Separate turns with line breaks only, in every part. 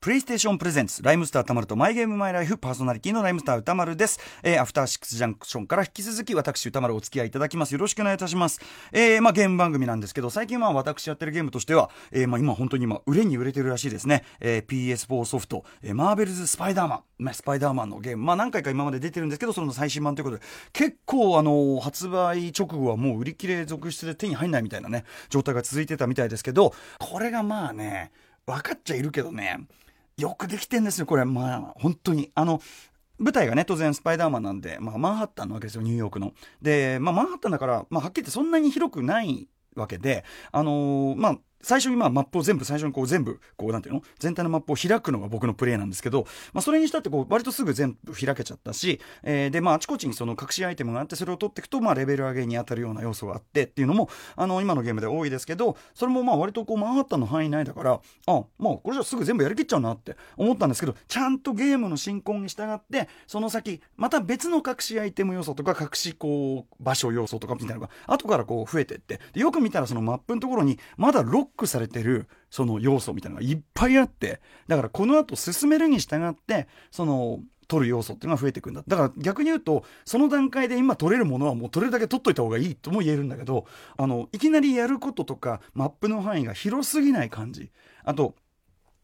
プレイステーションプレゼンツ、ライムスター歌丸とマイゲームマイライフパーソナリティのライムスター歌丸です。えー、アフターシックスジャンクションから引き続き私歌丸お付き合いいただきます。よろしくお願いいたします。えー、まあゲーム番組なんですけど、最近は私やってるゲームとしては、えー、まあ今本当に今売れに売れてるらしいですね。えー、PS4 ソフト、えー、マーベルズ・スパイダーマン、まあ、スパイダーマンのゲーム、まあ何回か今まで出てるんですけど、その最新版ということで、結構あのー発売直後はもう売り切れ続出で手に入んないみたいなね、状態が続いてたみたいですけど、これがまあね、分かっちゃいるけどね、よくできてんですよ、これ。まあ、本当に。あの、舞台がね、当然スパイダーマンなんで、まあ、マンハッタンなわけですよ、ニューヨークの。で、まあ、マンハッタンだから、まあ、はっきり言ってそんなに広くないわけで、あのーまあ、最初にまあマップを全部、最初にこう全部、こうなんていうの全体のマップを開くのが僕のプレイなんですけど、まあそれにしたってこう割とすぐ全部開けちゃったし、えーでまああちこちにその隠しアイテムがあってそれを取っていくとまあレベル上げに当たるような要素があってっていうのも、あの今のゲームで多いですけど、それもまあ割とこうマンハッタンの範囲内だから、あ、まあこれじゃすぐ全部やりきっちゃうなって思ったんですけど、ちゃんとゲームの進行に従って、その先、また別の隠しアイテム要素とか隠しこう場所要素とかみたいなのが後からこう増えてって、でよく見たらそのマップのところにまだロックされてるその要素みたいなのがいっぱいあって、だからこの後進めるに従って、その、取る要素っていうのが増えていくんだ。だから逆に言うと、その段階で今取れるものはもう取れるだけ取っといた方がいいとも言えるんだけど、あの、いきなりやることとか、マップの範囲が広すぎない感じ。あと、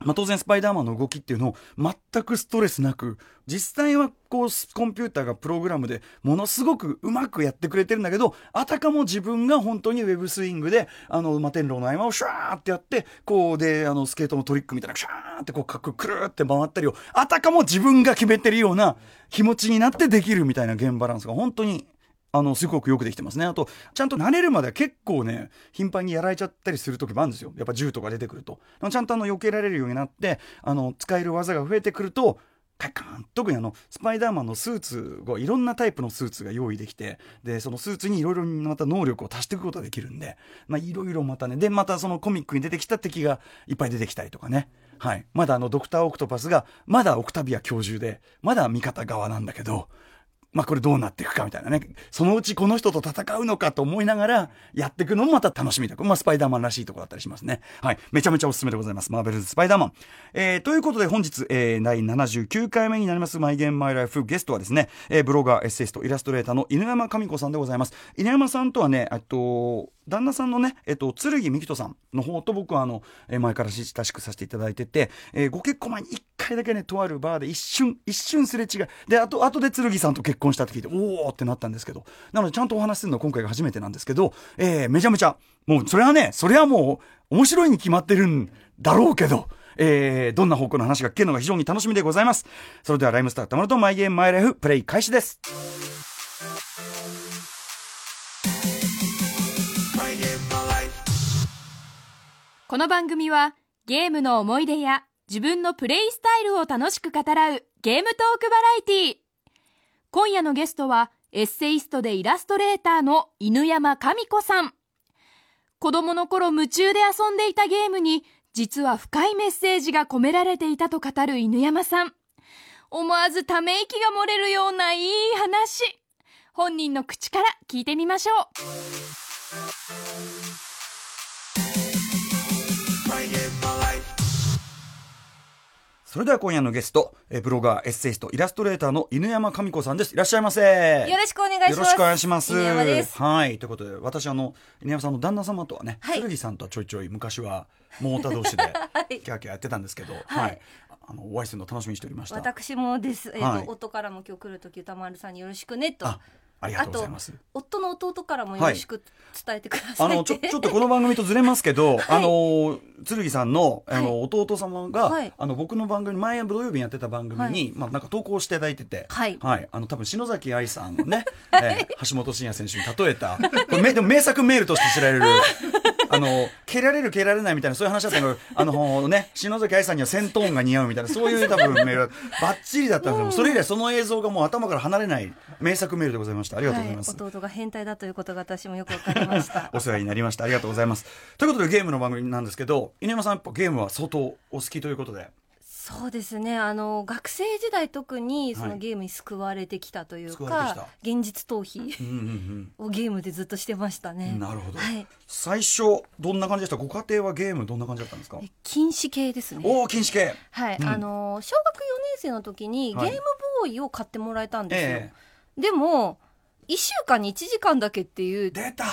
まあ、当然スパイダーマンの動きっていうのを全くストレスなく実際はこうコンピューターがプログラムでものすごくうまくやってくれてるんだけどあたかも自分が本当にウェブスイングであの摩天楼の合間をシャーってやってこうであのスケートのトリックみたいなシャーってこうかくくるーって回ったりをあたかも自分が決めてるような気持ちになってできるみたいなゲームバランスが本当にあの、すごくよくできてますね。あと、ちゃんと慣れるまでは結構ね、頻繁にやられちゃったりする時もあるんですよ。やっぱ銃とか出てくると。でもちゃんとあの、避けられるようになって、あの、使える技が増えてくると、カッカーン特にあの、スパイダーマンのスーツが、いろんなタイプのスーツが用意できて、で、そのスーツにいろいろまた能力を足していくことができるんで、まあ、いろいろまたね、で、またそのコミックに出てきた敵がいっぱい出てきたりとかね。はい。まだあの、ドクター・オクトパスが、まだオクタビア教授で、まだ味方側なんだけど、まあこれどうなっていくかみたいなね。そのうちこの人と戦うのかと思いながらやっていくのもまた楽しみだ。これまあスパイダーマンらしいところだったりしますね。はい。めちゃめちゃおすすめでございます。マーベルズ・スパイダーマン。えー、ということで本日、えー、第79回目になりますマイゲームマイライフゲストはですね、えー、ブロガー、エッセイスト、イラストレーターの犬山神子さんでございます。犬山さんとはね、えっと、旦那さんのね、えっと、剣美人さんの方と僕はあの、えー前から親しくさせていただいてて、えーご結婚前に一回だけね、とあるバーで一瞬、一瞬すれ違い。で、あと、あとで剣さんと結婚したって聞いて、おーってなったんですけど、なのでちゃんとお話しするのは今回が初めてなんですけど、えーめちゃめちゃ、もう、それはね、それはもう、面白いに決まってるんだろうけど、えーどんな方向の話が聞けるのが非常に楽しみでございます。それでは、ライムスターたまるとマイゲームマイライフ、プレイ開始です。
この番組はゲームの思い出や自分のプレイスタイルを楽しく語らうゲームトークバラエティー。今夜のゲストはエッセイストでイラストレーターの犬山神子さん。子供の頃夢中で遊んでいたゲームに実は深いメッセージが込められていたと語る犬山さん。思わずため息が漏れるようないい話。本人の口から聞いてみましょう。
それでは今夜のゲスト、えーブロガー、エッセイスト、イラストレーターの犬山神子さんです。いらっしゃいませ。
よろしくお願いしま
よ
す。
ろしくお願いします。
犬山です。
はい。ということで、私、あの、犬山さんの旦那様とはね、
はい
剣さんとはちょいちょい昔は、桃太同士で、
い
キャーキャーやってたんですけど、はい。
はい
あの、お会いするの楽しみにしておりました。
私もです。えっ、と、
はい
夫からも今日来るとき歌丸さんによろしくねと。
あ、ありがとうございます。
夫の弟からもよろしく伝えてくださ
あ
い
の
っ
ち
て。
ょちょっとこの番組とずれますけど、あの剣さんのあの、弟様が、
はい
あの僕の番組前土曜日にやってた番組に、
はい
まあ、なんか投稿していただいてて、
はい
あの多分篠崎愛さんの ね、えー橋本真也選手に例えたこれめでも名作メールとして知られる。あの蹴られる蹴られないみたいなそういう話だったけどあの、ね、篠崎愛さんには戦闘音が似合うみたいなそういう多分メールがばっちりだったんですけど、それ以来その映像がもう頭から離れない名作メールでございましたありがとうございます、
はい、弟が変態だということが私もよくわかりました。
お世話になりました。ありがとうございます。ということでゲームの番組なんですけど、犬山さんやっぱゲームは相当お好きということで。
そうですねあの学生時代特にそ
は
の
い
ゲームに救われてきたというか、
救われてきた
現実逃避
うんうん
をゲームでずっとしてました
う
ね
ん。なるほど。
はい
最初どんな感じでした？ご家庭はゲームどんな感じだったんですか？
え禁止系ですね
おお禁止系。
はい、
うん
あの小学4年生の時にゲー
はい
ムボーイを買ってもらえたんですよ、
え
でも1週間に1時間だけってい
え
う
出た。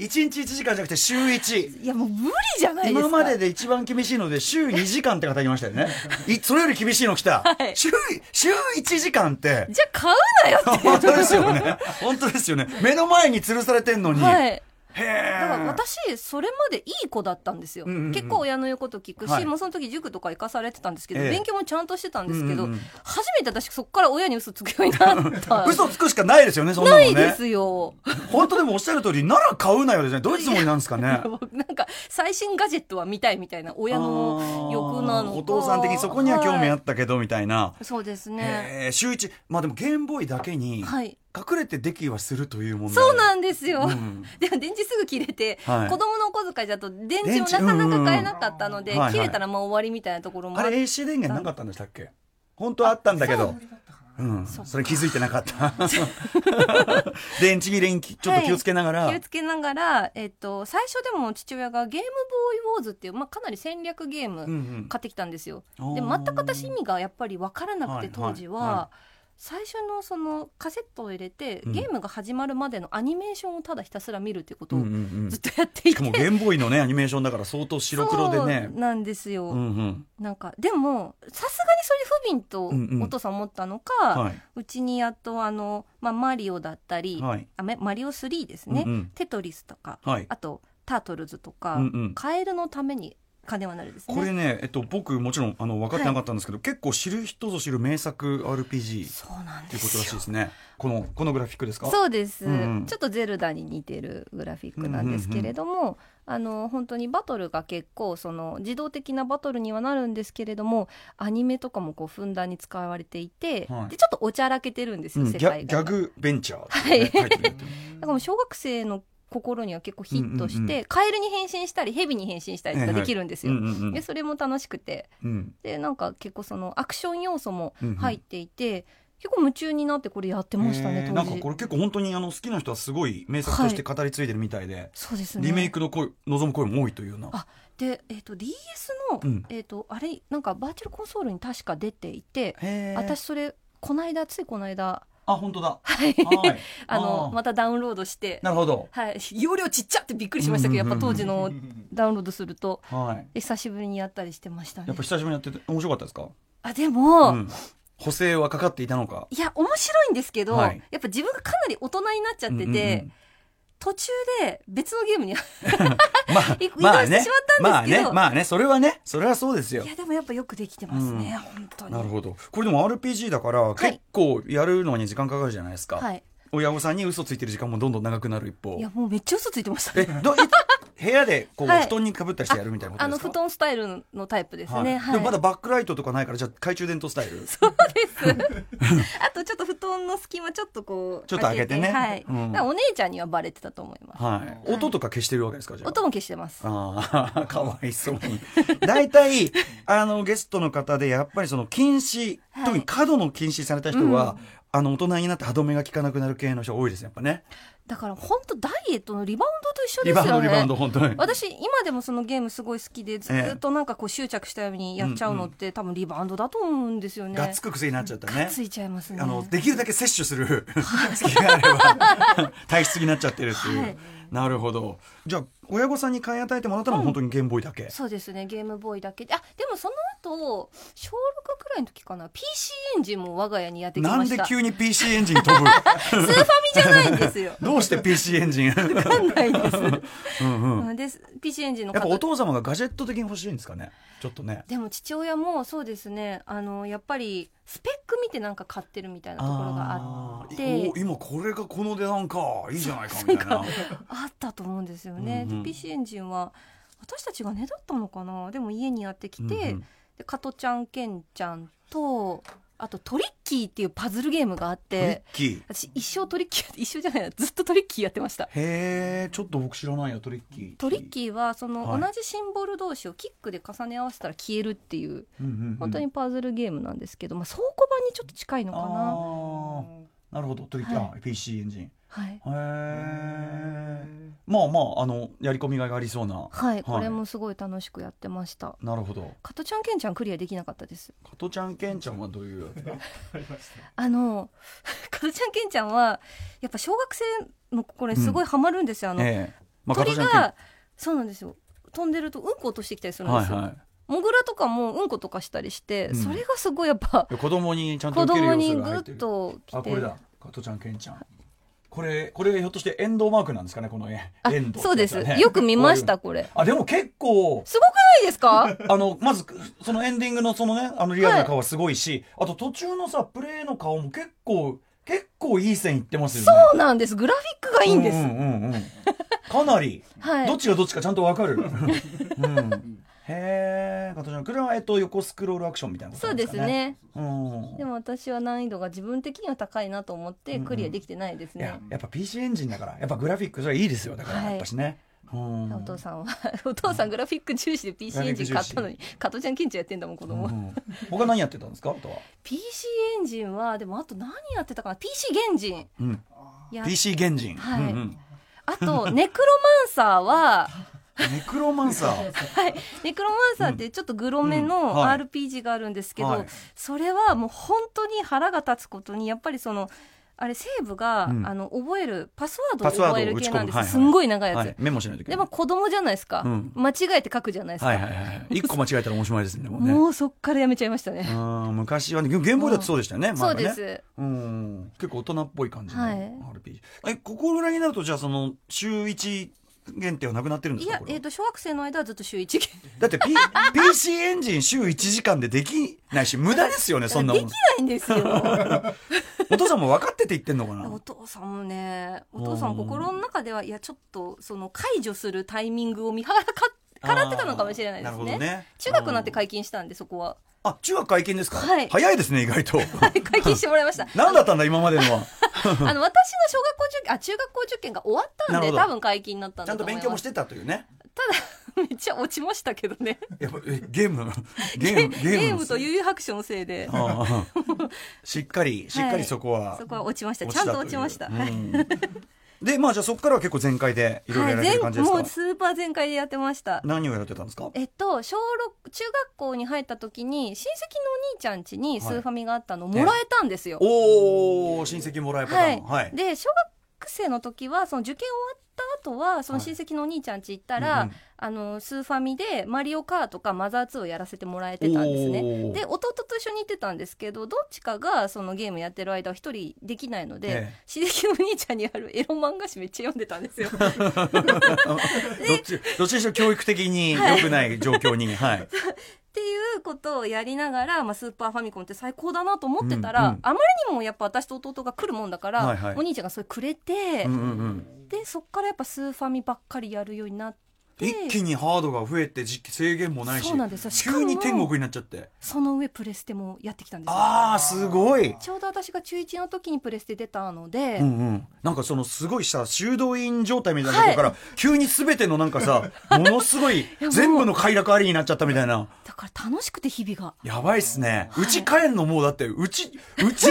一日一時間じゃなくて週一。
いやもう無理じゃないですか
今までで一番厳しいので週2時間って方いましたよ ねいそれより厳しいの来た、
はい
週週1時間 って
じゃあ買うなよって
本当ですよね本当ですよね目の前に吊るされてんのに、
はい
へ
だから
え
私それまでいい子だったんですよ、
うんうんうん
結構親の言うこと聞くし、
はい
もうその時塾とか行かされてたんですけど、
ええ
勉強もちゃんとしてたんですけど、
うんうんうん
初めて私そこから親に嘘つくようになっ た
嘘つくしかないですよねそんなの
な
ね
いですよ、
本当でもおっしゃる通りなら買うなよですねどういうつもりなんですか ね
僕なんか最新ガジェットは見たいみたいな親の欲なの
あ
か
ーお父さん的にそこには興味あ
っ
ったけど、みたいな
たそうですね
へえ週1まあでもゲームボーイだけに
はい
隠れてできはするという問題
そうなんんですよ、
うん
でも電池すぐ切れて、
はい
子供のお小遣いだと電池
電
も
池
なかなか買えなかったので、
うんうんはいはい
切れたらもう終わりみたいなところもあ
あ
って
れ AC 電源なかったんでしたっけ本当はあったんだけど。うん、
そっか
それ気づいてなかっ た。電池切れにきちょっと気をつけながら。
気をつけながら、えっと、最初でも父親がゲームボーイウォーズっていう、まあ、かなり戦略ゲー
うんう
ム
ん
買ってきたんですよ。
あー
で全く私意味がやっぱり分からなくて、
はい
当時は、
はいは
最初のそのカセットを入れて、
うん
ゲームが始まるまでのアニメーションをただひたすら見るっていうこと
うん
を
うんうん
ずっ
し
とやっていて、
かもゲームボーイの ね、アニメーションだから相当白黒でね
そう。なんですよ、
うんうん。
なんかでもさすがにそれ
うん
不
うん
憫とお父さん思ったのか、
は
うちにやっとあの、まあ、マリオだったり、
い。はい。
あママリオ3ですね、
うんうん
テトリスとか
はい。
あと、タートルズとか、
うんうん
カエルのために金はなるですね。
これね、えっと、僕もちろん、あの、分かってなかったんですけど、結構知る人ぞ知る名作 RPG
そうなん
と
で
いうこと
す
らしい
よ。
ですね。この、このグラフィックですか
そうです、
うんうん
ちょっとゼルダに似てるグラフィックなんですけれども、あの本当にバトルが結構その自動的なバトルにはなるんですけれどもアニメとかもこうふんだんに使われていて、
はい
でちょっとおちゃらけてるんです
う
よ、
んギ
世
ャ
界
ギ
が。
ャ
だか
グベンチャーっていうねタイトルになってる
らもう小学生の心には結構ヒットして、
うんうんう
カエルに変身したりヘビに変身したりとかできるんです
う
よ。
んうん
でそれも楽しくて
うんうん
でなんか結構そのアクション要素も
うんうん。
入っていて、結構夢中になってこれやってましたね、
えー
当
なんか
時
これ結構本当にあの好きな人はすごい名作として語り継いでるみたいで、
そうですね
リメイクの声望む声も多いというような
あで、えー、と DS の、
うん
えー、とあれなんかバーチャルコンソールに確か出ていて、
へー
私それこの間ついこの間
あ本当だ
はい
はい
あの
あー
またダウンロードして、
なるほど
はい、容量ちっちゃってびっくりしましたけどやっぱ当時
うんうん
の
うん
ダウンロードすると
はい
久しぶりにやったりしてましたね
やっぱ久しぶりにやってて面白かったですか、
あでも、
うん補正はかかっていたのか
いや面白いんですけど、
はい
やっぱ自分がかなり大人になっちゃってて、
うん
途中で別のゲームに
うんまあ
移動して
まあね
しまったんですけ
まあね
ど
まあねそれはねそれはそうですよ
いやでもやっぱよくできてますね、本当に。
なるほどこれでも RPG だから
い
結構やるのに時間かかるじゃないですか、
はい。
親御さんに嘘ついてる時間もどんどん長くなる一方
いやもうめっちゃ嘘ついてました
え
ね。
どい部屋でこう、
はい
布団にかぶったりしてやるみたいなこと
あ
で
の
すか
布団スタイルのタイプですね。はい。
でもまだ バックライトとかないからじゃあ懐中電灯スタイルち
そうです。 あとちょっと布団の隙間ちょっとこ
ょ
う
っと開けてね
はい。
うん
だからお姉ちゃんにはバレてたと思います。
はい、音とか消してるわけですかじゃあ
音も消してます。
ああ かわいそうに大体あのゲストの方でやっぱりその禁止、
はい
特に過度の禁止された人は、あの大人になって歯止めが効かなくなる系の人多いですやっぱね
だから本当ダイエットのリバウンドと一緒
リ
です
バ
よ
ウン
ね。
ドリバウンド本 当に
私今でもそのゲームすごい好きでずーっとなんかこう執着したようにやっちゃうのって多分リバウンドだと思うんですよね。
がっつく癖になっちゃった
が
ね
っついちゃいますね。
あのできるだけ摂取する隙があれば体質になっちゃってるっていう、
はい
なるほどじゃあ親御さんに買い与えてもらったのは本当にゲームボーイだけ、
そうですねゲームボーイだけであでもその後小6くらいの時かな PC エンジンも我が家にやってき
な
ま
ん
し
で
た
急に PC エンジン飛ぶ
スーファミじゃないんで すよ
どうして PC エン ジン
わかんないです
うんうん
うんです PC エンジンの
やっぱお
方
父様がガジェット的に欲しいんですかねちょっとね
でも父親もそうですねあのやっぱりスペック見てなんか買ってるみたいなところがあっ
あー
て
お今これがこの値段かいいじゃないかみたいな
あったと思うんですよね、
うんうん
で PC エンジンは私たちがねだったのかなでも家にやってきて、
うんうん
で加トちゃんけんちゃんとあとトリッキーっていうパズルゲームがあっ
トリッ
て
キー
私一生トリッキー一生じゃないなずっとトリッキーやってました
へえちょっと僕知らないやトリッキー
トリッキーはその
はい
同じシンボル同士をキックで重ね合わせたら消えるっていう
ー、うんうんうん
本当にパズルゲームなんですけど、まあ、倉庫版にちょっと近いのかな
ああなるほどトリッキー、あ PC エンジンへ
はい、
えまあまああのやり込みがいがありそうな
はい、これもすごい楽しくやってました
なるほど
加トちゃんけんちゃんクリアできなかったです
加トちゃんケンちゃんはどういうやつだ
あの 加トちゃんけんちゃんはやっぱ小学生の頃にすごいハマるんですよ、あの、
ええま
鳥
加藤ちゃん
がそうなんですよ飛んでるとうんこ落としてきたりす
ケン
るんですよ、
はいはい
モグラとかもうんことかしたりして、
うん
それがすごいやっぱ
いや子供にちゃんと
子
受ける
供
要
に
素
グ
が入って
ッ
る
とき
あこ
て
れだ加トちゃんケンちゃんこれこれひょっとしてエンドマークなんですかねこの絵
あ
エンド
そうですよく見まし
こ
たこれ
ういうのあでも結構
すごくないですか
あのまずそのエンディングのそのねあのリアルな顔はすごいし、あと途中のさプレイの顔も結構結構いい線いってますよね
そうなんですグラフィックがいいんです、
うんうんうんうんかなり、
はい
どっちがどっちかちゃんとわかる、うん、へえ加藤ちゃんこれは、えっと、横スクロールアクションみたいなこと
そ
な
うんです
か
ね
うん
でも私は難易度が自分的には高いなと思ってクリアできてないです
いや
ね、
やっぱ PC エンジンだからやっぱグラフィックそれいいですよだから、
はい
やっぱしね、うん、
お父さんは お父さんグラフィック重視で PC エンジン買ったのに加トちゃんケンちゃんやってんだもん子供、
うん他何やってたんですかあとは、
PC エンジンはでもあと何やってたかな PC 原人
うん、
や
PC 原人、
はい
うんうん
あとネクロマンサ ーは
ネクロマンサー
ネクロマンサーってちょっとグロめ
うんは
の
い
RPG があるんですけど、
はい
それはもう本当に腹が立つことにやっぱりそのあれセーブが、
うん
あの覚えるパスワードを
パスワードを
覚える系なんで
打ち込む
す、
はいはい
すんごい長いやつ、
はい、メモしないといけ
で
ない
も子供じゃないですか、
うん
間違えて書くじゃないですか、
はいはいはい一個間違えたら面白いですねもうね
もうそっからやめちゃいましたね、
うん昔はねゲゲームボーイだってそうでしたよね、
そ
前
う
はね
です
うん、結構大人っぽい感じの
はい
RPG、えここぐらいになるとじゃあその週一限定はなくなってるんで
い
すか
や
こ、れ
え
は
ー、と小学生の間はずっと週1限
だって、P、PC エンジン週1時間でできないし無駄ですよねそんなも
で
ん
きないんで すよ
お父さんも分かってて言ってんのかな
お父さんもねお父さ
うん
ん心の中ではいやちょっとその解除するタイミングを見計らかからってたのかもしれないです
あーる
ね
ほどね
中学になって
禁
解禁したんでそこは
あ中学解禁ですか、
はい
早いですね意外と
解禁してもらいました
何だったんだ今まで のは
あの私の小学校受験あ中学校受験が終わったん
なる
で
ほど
多分解禁になったん
ちゃ
だ
ん
と
と
思い
勉強も
ます
してたというね
めっちゃ落ちましたけどね
やっぱえゲー ムゲームゲ
ゲ
ーム
ームと悠々白書のせいで
ああしっかりしっかりそこは、
そこは落ちました
落
ちゃんと落ちました
という
はい
うんでまあじゃあそこからは結構全開でいろいろやられてる感
はい
じ
全
ですか、
もうスーパー全開でやってました
何をやられてたんですか
えっと、小6中学校に入った時に親戚のお兄ちゃん家にスーファミがあったのをもらえたんですよ、
おお親戚もらえパタ
は
ー
い
ンはい、
で小学生の時はその受験終わった後はその親戚のお兄ちゃん家行ったら、
うんうん
あのスーファミで「マリオカー」とか「マザー2」をやらせてもらえてたんですね
おー
で弟と一緒に行ってたんですけどどっちかがそのゲームやってる間は一人できないので、
ええ
親戚のお兄ちゃんにあるエロ漫画誌めっちゃ読んでたんですよ
どっちどっちにしろ教育的に良くない状況に、はい
っていうことをやりながら、まあ、スーパーファミコンって最高だなと思ってたら、
うんうん
あまりにもやっぱ私と弟が来るもんだから、
はいはい
お兄ちゃんがそれくれて、
うんうんうん、
でそっからやっぱスーファミばっかりやるようになって
一気にハードが増えて時期制限もないし
そうなんですよしかも
急に天国になっちゃって
その上プレステもやってきたんですよ
ああすごい
ちょうど私が中1の時にプレステ出たので、
うんうん、なんかそのすごいさ修道院状態みたいなとこから、急に全てのなんか さものすごい
もう
全部の快楽ありになっちゃったみたいな
だから楽しくて日々が
やばいっすねうち帰んのもうだってうちう ち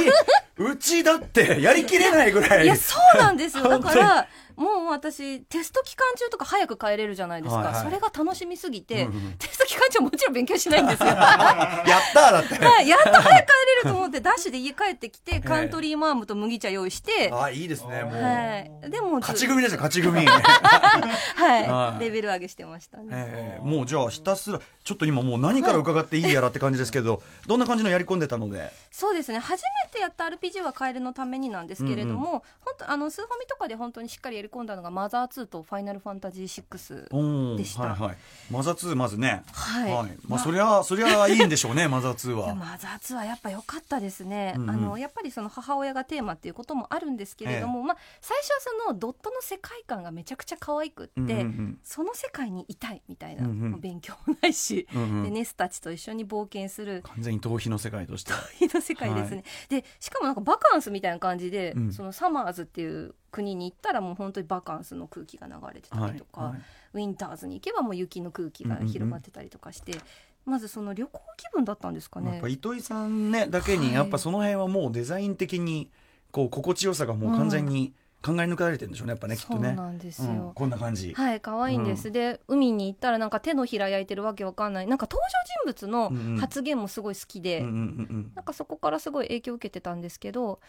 うちだってやりきれないぐらい
いやそうなんですよだ
本当
か
に
らもう私テスト期間中とか早く帰れるじゃないですか、
はいはい
それが楽しみすぎて、
うんうん
テスト期間中もちろん勉強しないんですよ
やったーだって
はい、やっと早く帰れると思って、ダッシュで家帰ってきて、カントリーマームと麦茶用意して、
あいいですねもう、
はい。でも、
勝ち組ですよ勝ち 組は
はいい。レベル上げしてましたね。
えーもうじゃあひたすらちょっと今も う何から伺っていいやらって感じですけど、どんな感じのやり込んでたので
そうですね。初めてやった RPG はカエルのためになんですけれども、本当あのスーファミとかで本当にしっかりやり込んだのがマザー2とファイナルファンタジー6。
おー
でした
はいはい、マザー2まずね、
はい。
はいまあ、そりゃそりゃいいんでしょうねマザー2
いや
は。
マザー2はやっぱ良かったですね、
うんうん
あのやっぱりその母親がテーマっていうこともあるんですけれども、まあ、最初はそのドットの世界観がめちゃくちゃ可愛くって、
うんうん
その世界にいたいみたいな、
うんうん
もう勉強もないし、
うんうん
でネスたちと一緒に冒険する
完全に逃避の世界として。
国の世界ですね、でしかもなんかバカンスみたいな感じで、
うん
そのサマーズっていう国に行ったらもう本当にバカンスの空気が流れてたりとか、
はいはい
ウィンターズに行けばもう雪の空気が広がってたりとかして、まずその旅行気分だったんですか
やっ
ね
ぱ。糸井さんねだけ
は
に
い
やっぱその辺はもうデザイン的にこう心地よさがもう完全に考え抜かれてるんでしょうねやっぱねきっと
そう
ね。
なんです
う
よ、
んこんな感じ。
はい可愛いんです、で海に行ったらなんか手のひら焼いてるわけわかんないなんか登場人物の発言もすごい好きで、
うんうんうん
なんかそこからすごい影響を受けてたんですけど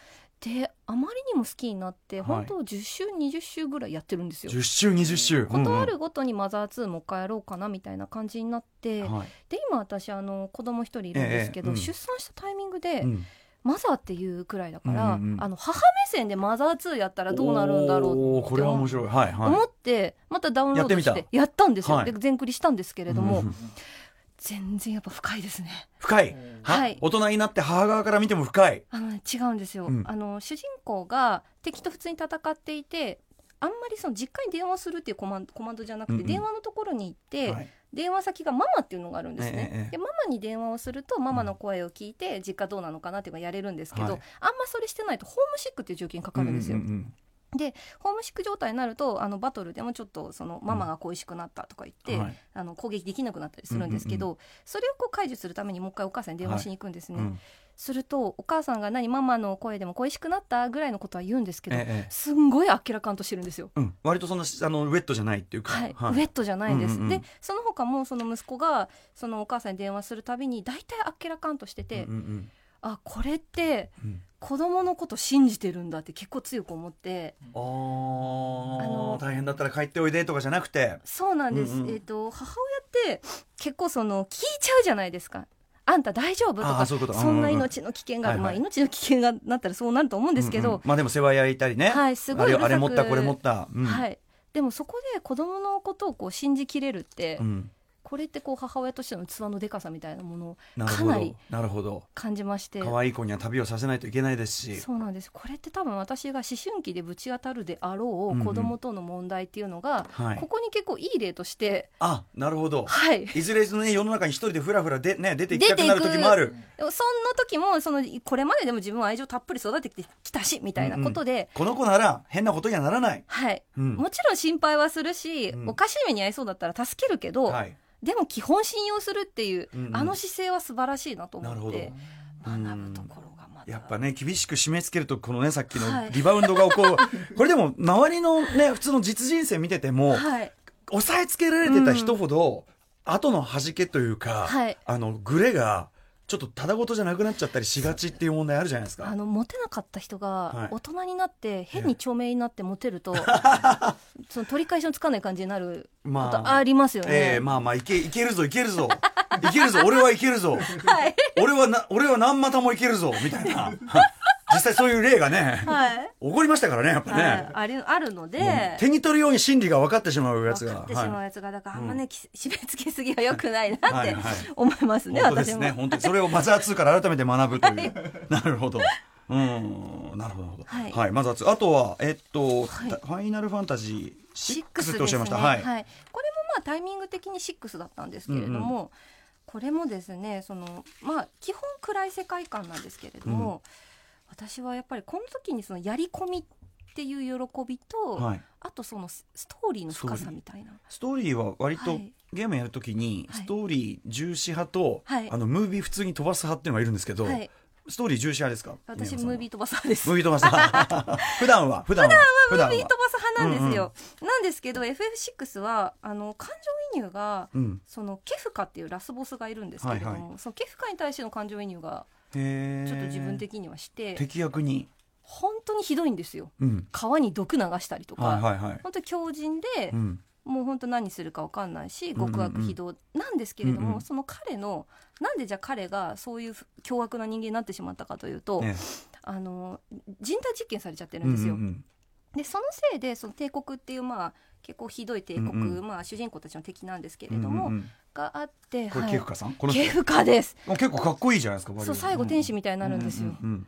であまりにも好きになって
はい
本当10週、20週ぐらいやってるんです
うん。
よ。
10週20週。
ことあるごとにマザー2もう一回やろうかなみたいな感じになって、
うんうんはい
で今私あの子供一人いるんですけど、
ええうん
出産したタイミングで、
うん
マザーっていうくらいだから、
うんうんうん
あの母目線でマザー2やったらどうなるんだろう
おーこれは面白い。はいはい。
思ってまたダウンロード
やっ
して
み
てやったんですよ、
はい
で全クリしたんですけれど
うん
も
うん
全然やっぱ深いですね
深い。
は
はい大人になって母側から見ても深い。
あのね違うんですよ、
うん
あの主人公が敵と普通に戦っていてあんまりその実家に電話するっていうコマンコマンドじゃなくて、
うんうん
電話のところに行って、
はい
電話先がママっていうのがあるんですね、
ええええ
でママに電話をするとママの声を聞いて実家どうなのかなっていうのがやれるんですけど、
はい
あんまそれしてないとホームシックっていう条件かかるんですよ、
ううん
ホームシック状態になるとあのバトルでもちょっとそのママが恋しくなったとか言って、
うんはい
あの攻撃できなくなったりするんですけど、それをこう解除するためにもう一回お母さんに電話しに行くんですね、
うん
するとお母さんが何ママの声でも恋しくなったぐらいのことは言うんですけど、
えええ
すんごいあっけらかんとしてるんですよ。
えうん割とそんなあのウェットじゃないっていうか。
はい、ウェットじゃないんです、
うんうんうん
でその他もその息子がそのお母さんに電話するたびに大体あっけらかんとしてて、
うんうん
あこれって
うん
子供のこと信じてるんだって結構強く思って
あー
あの
大変だったら帰っておいでとかじゃなくて。
そうなんです、
うんうん
えっ、と母親って結構その聞いちゃうじゃないですかあんた大丈夫と
あ
か
ーそういうこと
そんな
うんうんうん
命の危険がある、
はいはい
まあ、命の危険がなったらそうなると思うんですけど、
うんうんまあでも世話焼いたりね。
はいすごい
あれ
うるさく
あれ持ったこれ持った。うん
はい、でもそこで子供のことをこう信じきれるって、
うん
これってこう母親としての器のでかさみたいなものを
なるほ
かな
ど
り
なるほど。
感じまして
可愛い子には旅をさせないといけないですし。
そうなんですこれって多分私が思春期でぶち当たるであろ
うんう
うん子供との問題っていうのが、
はい
こ。こに結構いい例として、
あなるほど。
はい、
いずれそのね世の中に一人でフラフラでね出ていきたくなる時もある。
でもそんな時もそのこれまででも自分は愛情たっぷり育ててきたしみたいなことで、
この子なら変なことにはならない。
はい、
うん
もちろん心配はするし、
うん
おかしい目に遭いそうだったら助けるけど、
はい。
でも基本信用するっていう、
うんうん
あの姿勢は素晴らしいなと
なる
思
ほ
っ
ど
て学ぶところがまた
やっぱね厳しく締め付けるとこのねさっき
は
の
い
リバウンドが起こる、これでも周りのね普通の実人生見てても、
はい、
抑えつけられてた人ほど、後の弾けというか、
はい
あのグレがちょっとただごとじゃなくなっちゃったりしがちっていう問題あるじゃないです
あ
か。
のモテなかった人
はい
が大人になって変に著名になってモテ ると、その取り返しのつかない感じになるこ
ま
とありますよね。
ええまあまあいけいけるぞいけるぞいけるぞ俺はいけるぞ、
はい
俺はな俺は何股もいけるぞみたいな 実際そういう例が ね、
はい
起こりましたからねやっぱね、
はい、あるあるので、
もう手に取るように心理が分かってしまうやつ
分か
が
ってしまう
はい
やつがだからあんまね、き締め付けすぎは良くないなっ
はい
て
はい
思いますね、
本当です
私も。
ね本当にそれをマザー2から改めて学ぶという、なるほどうんなるほどなるほど
はい
マザー2あとはえっと、
はい
たファイナルファンタジー
です
6っ
ね
ておっしゃいました、
は
はいい、
これもまあタイミング的に6だったんですけれども、これもですねそのまあ基本暗い世界観なんですけれども、私はやっぱりこの時にそのやり込みっていう喜びと、
はい
あとそのスストーリーの深さみたいな。
ストーリーは割と、
はい
ゲームやるときに
はい
ストーリー重視派と、
はい
あのムービー普通に飛ばす派っていうのがいるんですけど、
はい、
ストーリー重視派ですか
私
宮
ムー
本
ビー飛ばさで す
さんはムービー飛ばす 派普段は普段は普
ムービー飛ばす派なんですよ、なんですけど FF6 はあの感情移入が
うん
そのケフカっていうラスボスがいるんですけれども、
はいは
そのケフカに対しての感情移入が
へー
ちょっと自分的にはして、
敵役に
本当にひどいんですよ
うん
川に毒流したりとか、
はいはいはい
本当に強靭で、
うん
もう本当何するか分かんないし
うんうん
極悪非道なんですけれども、
うんうん
その彼のなんでじゃあ彼がそういう凶悪な人間になってしまったかというと、
ね
あの人体実験されちゃってるんですよ。
うんうん
でそのせいでその帝国っていうまあ結構ひどい帝
う
国、
んうん
まあ、主人公たちの敵なんですけ
う
れ
ん
ども、
うんうん
があって
これ
はい
ケフカさん、この人
ケフカです
あ結構かっこいいじゃないですか割と
そう最後天使みたいになるんです
う
よ、
ううん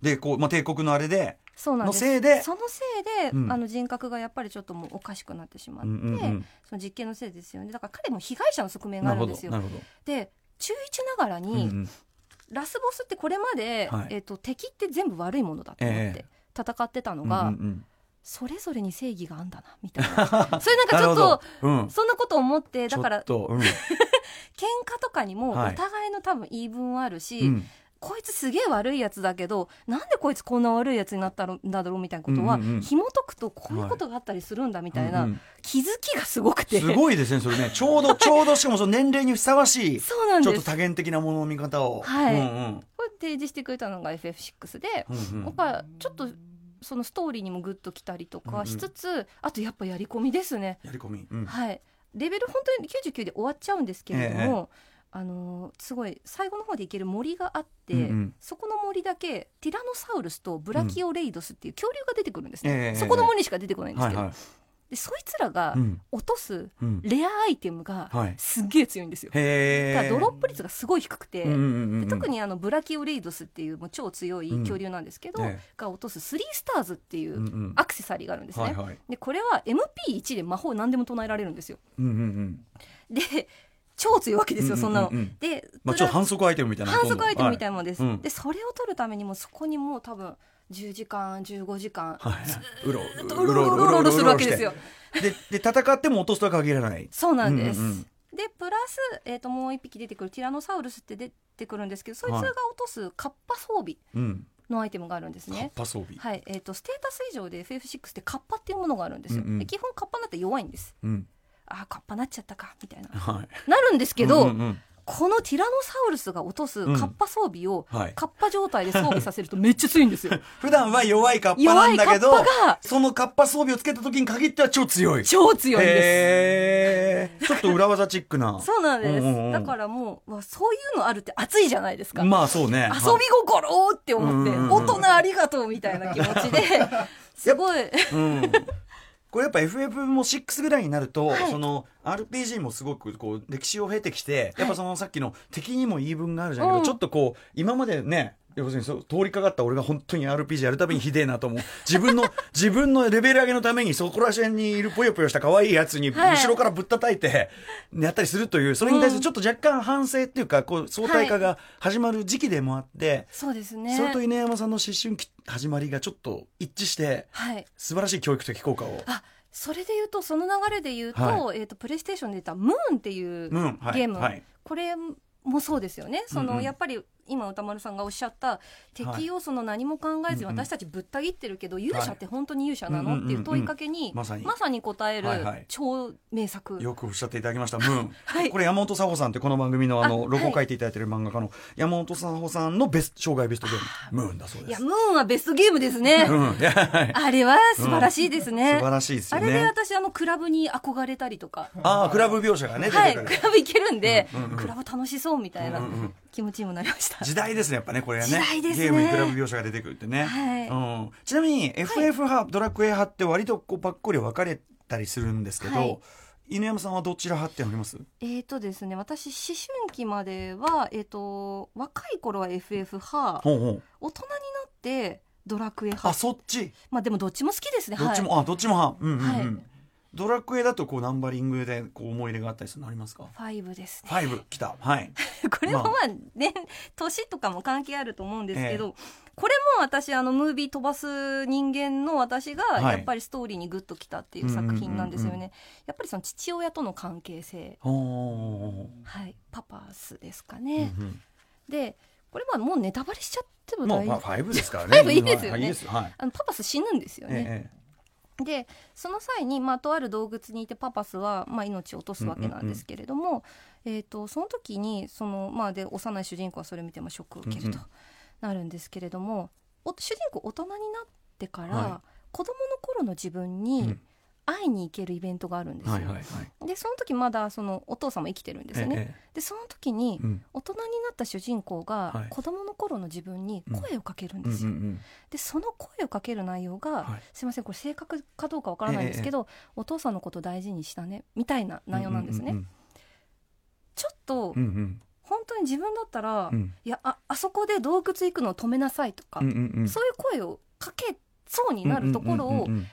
でこう、まあ、帝国のあれで
そうなん
の
です
せいで
そのせいで、
うん
あの人格がやっぱりちょっともうおかしくなってしま
う
って、
んうんうん
その実験のせいですよねだから彼も被害者の側面
な
があ
る
る
ほ
ん
ど
ですよ
なるほど
で中1ながら
うんう
に、
ん
ラスボスってこれまで、
はい
えっと敵って全部悪いものだと思って
え
戦ってたのが、
うんうんうん
それぞれに正義があんだなみたい なそれなんかちょっ
なる
と
ほどうん
そんなこと思ってだから
ちょっとうん
喧嘩とかにもお
はい
互いの多分言い分はあるし、
うん
こいつすげえ悪いやつだけどなんでこいつこんな悪いやつになったんだろうみたいなことは、
うんうんうん
紐解くとこういうことがあったりするんだみたいな、
うんうん
気づきがすごくて
すごいですねそれねちょうどちょうどしかもその年齢にふさわしいち
そうなん
ょっ
で
と
す
多元的なものの見方を
はい
うんうん
これ提示してくれたのが FF6 で、
うんう
やっ
ん
ぱちょっとそのストーリーにもグッときたりとかしつつ、あとやっぱやり込みですね、
やり込みうん
はいレベル本当に99で終わっちゃうんですけれども、あのーすごい最後の方で行ける森があって、
うんうん
そこの森だけティラノサウルスとブラキオレイドスっていう恐竜が出てくるんですね、
ええ
そこの森しか出てこないんです
は
け
い
ど、
は
でそいつらが
いうん
落とす
うん
レアアイテムが
はい
すっげえ強いんですよ、
へ
だから
え
ドロップ率がすごい低くて、
うんうんうんうん
で特にあのブラキオレイドスっていうもう超強い恐竜なんですけど、
うんええ
が落とすスリースターズってい
うん
う
うん
アクセサリーがあるんですね、
はいはい
でこれは MP1 で魔法何でも唱えられるんですよ
うんうんうん
で超強いわけですよ、そんなの、
ううう
で、
まあちょっと反則アイテムみたいな
反則アイテムみたい
い
なもんです、
はいうん
でそれを取るためにもそこにもう多分10時間15時間
はいはいうんうろ
うろうろうろうろするわけですよ
でで戦っても落とすとは限らない
そうなんです、
うんうんうん
でプラス、えー、ともう一匹出てくるティラノサウルスって出てくるんですけどそいつが
はい
落とすカッパ装備
うん
のアイテムがあるんです
カッ
ね
パ装備
はいえー、とステータス以上で FF6 ってカッパっていうものがあるんですよ、
うんうん
で基本カッパになったら弱いんです
うん
ああカッパなっちゃったかみたいな
はい
なるんですけど、
うんうん
このティラノサウルスが落とすカッパ装備を、
うんはい
カッパ状態で装備させるとめっちゃ強い んですよ。
普段は弱いカッパ
弱
ないん
カ
だけ
ッ
ど
パが
そのカッパ装備をつけた時に限っては超強い
超強いんで
へえちょっと裏技チックな
す。そうなんです。
うんうんうん
だからもう、わそういうのあるって熱いじゃないですか。
まあそうね
遊び心って思って、
うんうんうん
大人ありがとうみたいな気持 ちで、すごい。
はいうんこれやっぱ FF も6ぐらいになると、
い
その RPG もすごくこう歴史を経てきて、やっぱそのさっきの敵にも言い分があるじゃないけど、
うん
ちょっとこう今までね要するにそう通りかかった俺が本当に RPG やるたびにひでえなと思う自分 の自分のレベル上げのためにそこら辺にいるぽよぽよした可愛いやつに
はい
後ろからぶったたいてやったりするというそれに対するちょっと若干反省っていうかこう相対化が始まる時期でもあって、
そうですね。
それと稲山さんの思春期始まりがちょっと一致して
はい。
素晴らしい教育的効果を。
あ、それで言うと、その流れで言うと、
は
えっ、と、プレイステーションで出たムーンっていう
ムーンはい
ゲーム、
はい
これもそうですよね。その、
うんうん
やっぱり、今歌丸さんがおっしゃった敵をその何も考えずに
うんうん
私たちぶった切ってるけど、勇者って本当に勇者なの、っていう問いかけに、
うんうんうんまさに
答える
はいはい
超名作、
よくおっしゃっていただきました、ムーン。
はい
これ、山本佐穂さんって、この番組のあの
あ
ロゴ
は
を
い
書いていただいてる漫画家の山本佐穂さんのベスト生涯ベストゲーム、ムーンだそう
い
で
や
す。
ムーンはベストゲームですね、
うん、いやはい
あれは素晴らしいですね、
素晴らしいですよ
あれで
ね。
私あのクラブに憧れたりとか
ああ、クラブ描写がね、出て
はい
くる。
クラブ行けるんで、クラブ楽しそうみたいな
うんうんうん
気持ちにもなりました、
時代ですね、やっぱね、これはね。
時代ですね
ゲームにクラブ描写が出てくるってね。
はい
うん、ちなみに、FF 派、ドラクエ派って、割とこう、ばっこり分かれたりするんですけど、
はい
犬山さんはどちら派ってあります
えーとですね私思春期まではえっ、と若い頃は FF 派
ほうほう。
大人になってドラク
あ、
エ派
そっち。
まあでもどっちも好きですね
どっちも、
はい、
あ、どっちも派。うんうんうん。
はい
ドラクエだと、こう、ナンバリングで、こう、思い入れがあったりするのありますか
ファイブですね
ファイブ来た。はい。
これも
ま
ま
あ
あ、ね、年とかも関係あると思うんですけど、これも私あのムービー飛ばす人間の私が
はい
やっぱりストーリーにグッときたっていう作品なんですよ
う
ね、
んうんうん
やっぱりその父親との関係性、
おお。
はい、パパスですか
うんう
ね、
ん
でこれはもうネタバレしちゃっても
もう
大
ま
丈
あ
夫
ファイブですから
フ
ね。
ァイブいいですよね
はいいいですよ。はい。
あのパパス死ぬんですよね、
え
でその際に、まあ、とある洞窟にいてパパスは、まあ、命を落とすわけなんですけれども、えー、とその時にその、まあ、で幼い主人公はそれ見てもショックを受ける
うんう
と
ん
なるんですけれども、お主人公大人になってから、
は
子供の頃の自分
う
に
ん
会いに行けるイベントがあるんですよ、
はいはいはい
でその時まだそのお父さんも生きてるんですよね、
え
でその時に
えうん
大人になった主人公
は
が
い
子供の頃の自分に声をかけるん
う
で
ん
すよ、
うんうん
でその声をかける内容が、
はい
すいませんこれ正確かどうかわからないんですけど、お父さんのこと大事にしたねみたいな内容なんですね、
うん
ちょっと
うんうん
本当に自分だったら、
うんうん
いやああそこで洞窟行くのを止めなさいとか、
うんうんうん
そういう声をかけそうになるところを、
うんうん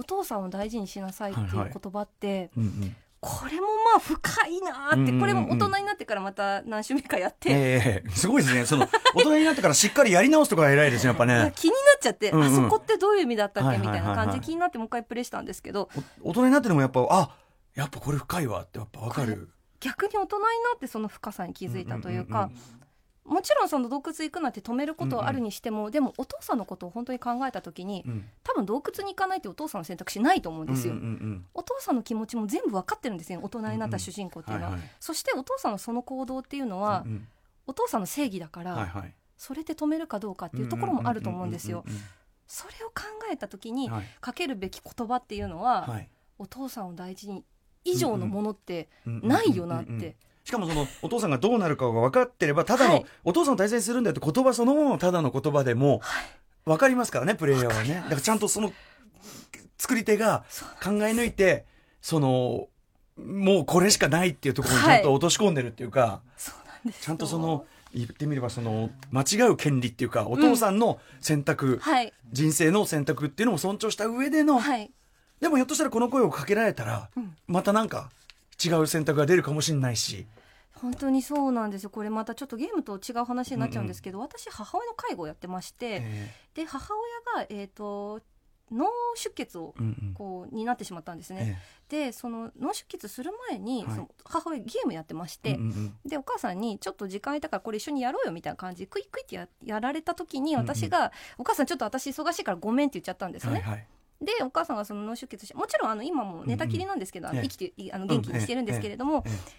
お父さんを大事にしなさいっていう
はいはい
言葉って、
うんうん
これもまあ深いなーって、
うんうんうん
これも大人になってからまた何週目かやって、
ええすごいですねその大人になってからしっかりやり直すとか偉いですねやっぱ
いや
ね
気になっちゃって、
うんうん
あそこってどういう意味だったっ
はい
け
は
み
いはい
た
はい
いな感じで気になってもう一回プレイしたんですけど
お大人になってでもやっぱあやっぱこれ深いわってやっぱわかる
逆に大人になってその深さに気づいたという
う
か、
んうんうん
もちろんその洞窟行くなんて止めることはあるにしても、でもお父さんのことを本当に考えた時に
うん
多分洞窟に行かないってお父さんの選択肢ないと思うんですよ。
うんうん
お父さんの気持ちも全部わかってるんですよ大人になった主人公っていうのは、
うんうんはいはい
そしてお父さんのその行動っていうの
うん
は、
うん
お父さんの正義だから、
はいはい
それで止めるかどうかっていうところもあると思うんですよ
う。んうん
それを考えた時
うんう
に
んはい
かけるべき言葉っていうのは、
はい
お父さんを大事に以上のものって
うんうんうんうん
ないよなって、
しかもそのお父さんがどうなるかが分かってればただの、
はい
お父さんを大切にするんだよって言葉そのもののただの言葉でも分かりますからねプレイヤーはねだからちゃんとその作り手が
そう
考え抜いてそのもうこれしかないっていうところにち
はい
ゃんと落とし込んでるっていうか、
そうなんですよ
ちゃんとその言ってみればその間違う権利っていうかお父さんの選択、
はい
人生の選択っていうのも尊重した上での、
はい
でもひょっとしたらこの声をかけられたら、
うん
またなんか違う選択が出るかもしれないし。
本当にそうなんですよこれまたちょっとゲームと違う話になっちゃうんですけど、私母親の介護をやってまして、
え
で母親が、えー、と脳出血を
ーうんうん
こうになってしまったんですね、
え
でその脳出血する前に、
はい
その母親ゲームやってまして、
えうんうん
でお母さんにちょっと時間空いたからこれ一緒にやろうよみたいな感じでクイックイってややられた時に
うんうん
私が、お母さんちょっと私忙しいからごめんって言っちゃったんですね、
はいはい
でお母さんがその脳出血してもちろんあの今も寝たきりなんですけど、
うんうん
あの生きていあの元気にしてるんですけれども、
ええええ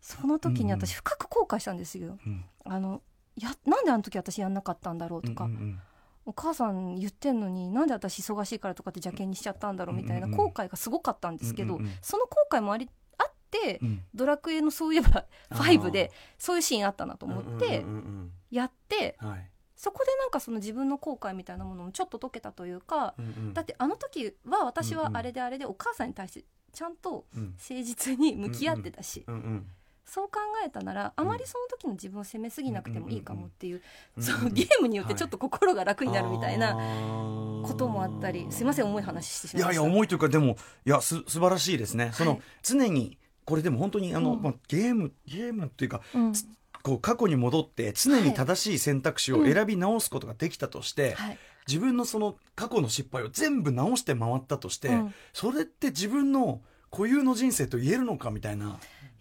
その
う
時に
んうん
私深く後悔したんですよ、
うん
あのやなんであの時私やんなかったんだろうとか、
うんうん
お母さん言ってんのになんで私忙しいからとかって邪険にしちゃったんだろうみたいな
うんうん
後悔がすごかったんですけど、
うんうんうん
その後悔もありあって
うんうん
ドラクエのそういえば
あー
5でそういうシーンあったなと思っ
う
て
んうんうん
やって、
うんはい
そこでなんかその自分の後悔みたいなものもちょっと解けたというか、
うんうん
だってあの時は私
うん
は
うん
あれであれでお母さんに対してちゃんと
うん
誠実に向き合ってたし、
うんうん
そう考えたならあまりその時の自分を責めすぎなくてもいいかもっていう、
うん
そ
うんう
の
ん
ゲームによってちょっと心が楽になるみたいな
こ
こともあったり、すいません重い話してし
い
まい
や
ま
い
し
や
た
重いというかでもいやす素晴らしいですね、そ
は
の
い
常にこれでも本当にあの、
うん
まあ、ゲームゲームっていうか
うん
こう過去に戻って常に正しい選択肢を選び直すことができたとして、
はい
自分のその過去の失敗を全部直して回ったとして、
うん
それって自分の固有の人生と言えるのかみたいない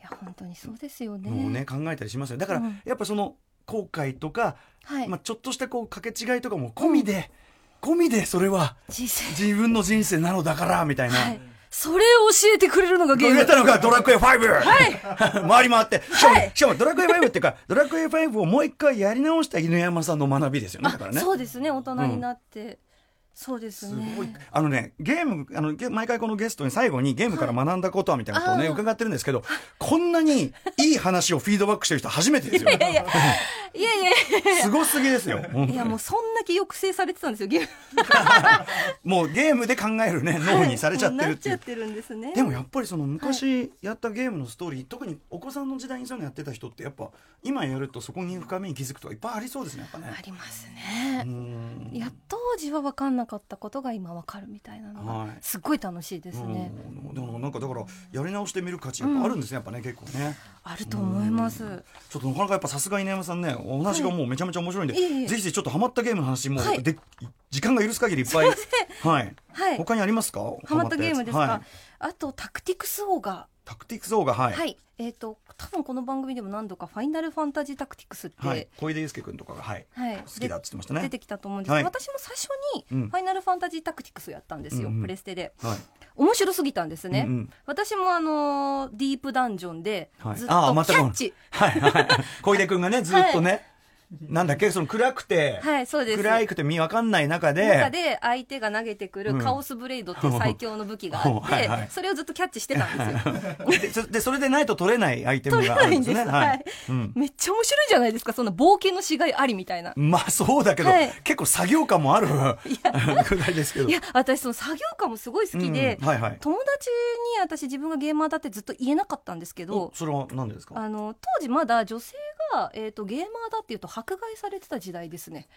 や本当にそうですよね
のをね考えたりしますよだから、
うん
やっぱその後悔とか、
はい、
まあ、ちょっとしたこう掛け違いとかも込みで、込みでそれは
人生
自分の人生なのだからみたいな。
はいそれを教えてくれるのがゲ
ゲー
ーム
ムやったのがドラクエ5、はい、 回り回ってしかも,、しかもドラクエ5っていうかドラクエ5をもう一回やり直した犬山さんの学びですよねだからね
そうですね大人になって、そうです
す
ね
ごいあのねゲームあのゲ毎回このゲストに最後にゲームから学んだことはみたいなことをね、
あー
伺ってるんですけどこんなにいい話をフィードバックしてる人初めてですよ
いやいやいやい
すごすぎですよ本当
や
に
いやもうそんだけ抑制されてたんですよゲーム
もうゲームで考えるね脳にされちゃってるっていう
なっちゃってるんですね
でもやっぱりその昔やったゲームのストーリー、特にお子さんの時代にそういうのやってた人ってやっぱ今やるとそこに深みに気づくとかいっぱいありそうですねやっぱね
あ。ります
うー
ね
ん
いや当時は分かんなかったことが今分かるみたいなのが、
はい
すっごい楽しいですね、
うんでもなんかだからやり直してみる価値やっぱあるんですね、やっぱね結構ね
あると思います、
ちょっとなかなかやっぱさすが稲山さんねお話がもうめちゃめちゃ面白いんで、
はいいえいえ
ぜひぜひちょっとハマったゲームの話も、
はい
で時間が許す限りいっぱいはい、
はい
他にありますかハ
ハマったゲームですか、
はい、
あとタクティクスオーガ
タクティクスオーがは
ー
い、
は
はい
い、えっ、と多分この番組でも何度かファイナルファンタジータクティクスって、はい
小出祐介君とかがはい好きだって言ってました
出
ね
てきたと思うんですけど、
はい
私も最初
うん
にファイナルファンタジータクティクスをやったんですよ、
うんうん
プレステで
はい
面白すぎたんですね、
うんうん
私もあのーディープダンジョンで
はい
ずっとキ
ああ
ャ
またこの
ッチ、
はいはい小出君がねずっとね、なんだっけその暗くて、
はいそうです
暗くて身わかんない中で
中で相手が投げてくるカオスブレイドっていう最強の武器があ
うん はいは
っ
い
てそれをずっとキャッチしてたんです
でそ
よ
でそれでないと取れないアイテムがあるん ですね
取れないんです
はいうん
めっちゃ面白いじゃないですかそんな冒険のしがいありみたいな
まあそうだけど、
はい
結構作業感もある ぐらいですけど
いや私その作業家もすごい好きで、
うんはいはい
友達に私自分がゲーマーだってずっと言えなかったんですけ
お
ど
それは何でですか
あの当時まだ女性が、えー、とゲーマーだっていうと迫害されてた時代ですね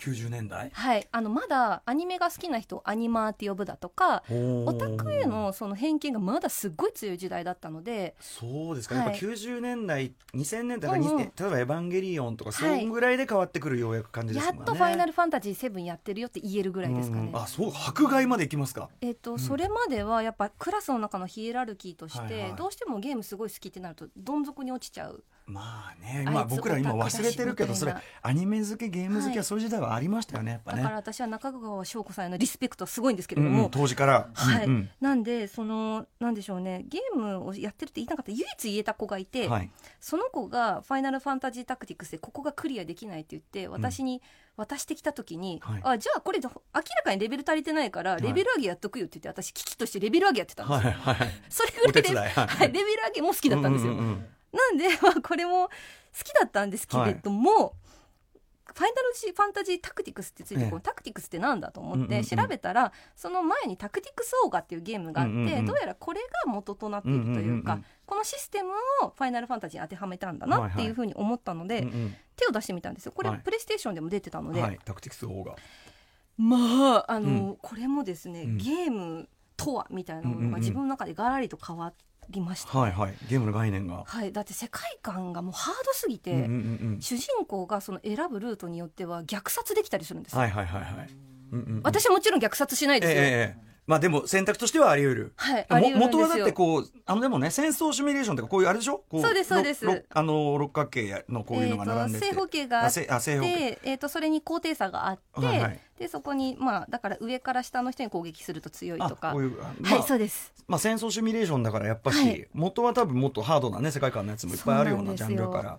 90年代
はいあのまだアニメが好きな人をアニマーって呼ぶだとかオ
オ
タクへのその偏見がまだすっごい強い時代だったので
そうですか、
はい
やっぱ90年代2000年代から、
うんうん
例えば「エヴァンゲリオン」とかそ
はい
んぐらいで変わってくるようやく感じで
や
す
っ
もんね、
と「ファイナルファンタジー7」やってるよって言えるぐらいですかね
うん。あそう迫害までいきますか
えっとそれまではやっぱクラスの中のヒエラルキーとし
はいは
て
い
どうしてもゲームすごい好きってなるとどん底に落ちちゃう
まあね、まあ、
あいつ
僕ら今
オタクだし
忘れてるけど
み
そ
たい
れ
な
アニメ好きゲーム好き
は
はいそういう時代はありましたよねやっぱ
だ
ね、
から私は中川翔子さんへのリスペクトはすごいんですけ
う
れど
んうん
も
当時から、
はい
うん
なんでそのなんでしょうねゲームをやってるって言いたかった唯一言えた子がい
うん
て
はい、
その子が「ファイナルファンタジータクティクス」でここがクリアできないって言って私に渡してきた時に
はい
「あじゃあこれ明らかにレベル足りてないから
い
レベル上げやっとくよ」って言って私機器としてレベル上げやってたんで
はい
すよ。
はいはい
それぐらい
お手伝い
で、
はい
はい、レベル上げも好きだったんですよ。
うううん
なんで、 まあ、これも好きだったんですけれども、ファイナルジーファンタジータクティクスってついて、
ええ
このタクティクスってなんだと
うん
思っ
うんうん
て調べたら、その前にタクティクスオーガっていうゲームがあって、
うんうんうん
どうやらこれが元となっているというか、
うんうんうんうん
このシステムをファイナルファンタジーに当てはめたんだなっていうふうに思ったので、
うんうん
手を出してみたんですよ。これ、
はい
プレイステーションでも出てたので、
はい、タクティクス王が
まあ、あの、これもですね、
うん
ゲームとはみたいなも
うんう
の
んう
が
ん
自分の中でガラリと変わりましたね、
はいはいゲームの概念が、
はい、だって世界観がもうハードすぎて、
うんうんうん
主人公がその選ぶルートによっては虐殺できたりするんです
うん、は
よ、
いはいはいはい、うんうんうん、
私もちろん虐殺しない
え
ですよ、
えええまあでも選択としてはあり得る
はいあり
も
得るんで
元
す
は
よ
だってこうあのでもね戦争シミュレーションとかこういうあれでしょこ
そうですそうです
ろろあの六角形のこういうのが並んでて、
えーと正方形があって
せあ正方形
で、えー、とそれに高低差があって、
はいはい
でそこにまあだから上から下の人に攻撃すると強い
あ
とか
こういうまあ、
はいそうです
まあ戦争シミュレーションだからやっぱし、
はい
元は多分もっとハードなね世界観のやつもいっぱいあるようなジャ
そう
ンル
なんですよ
から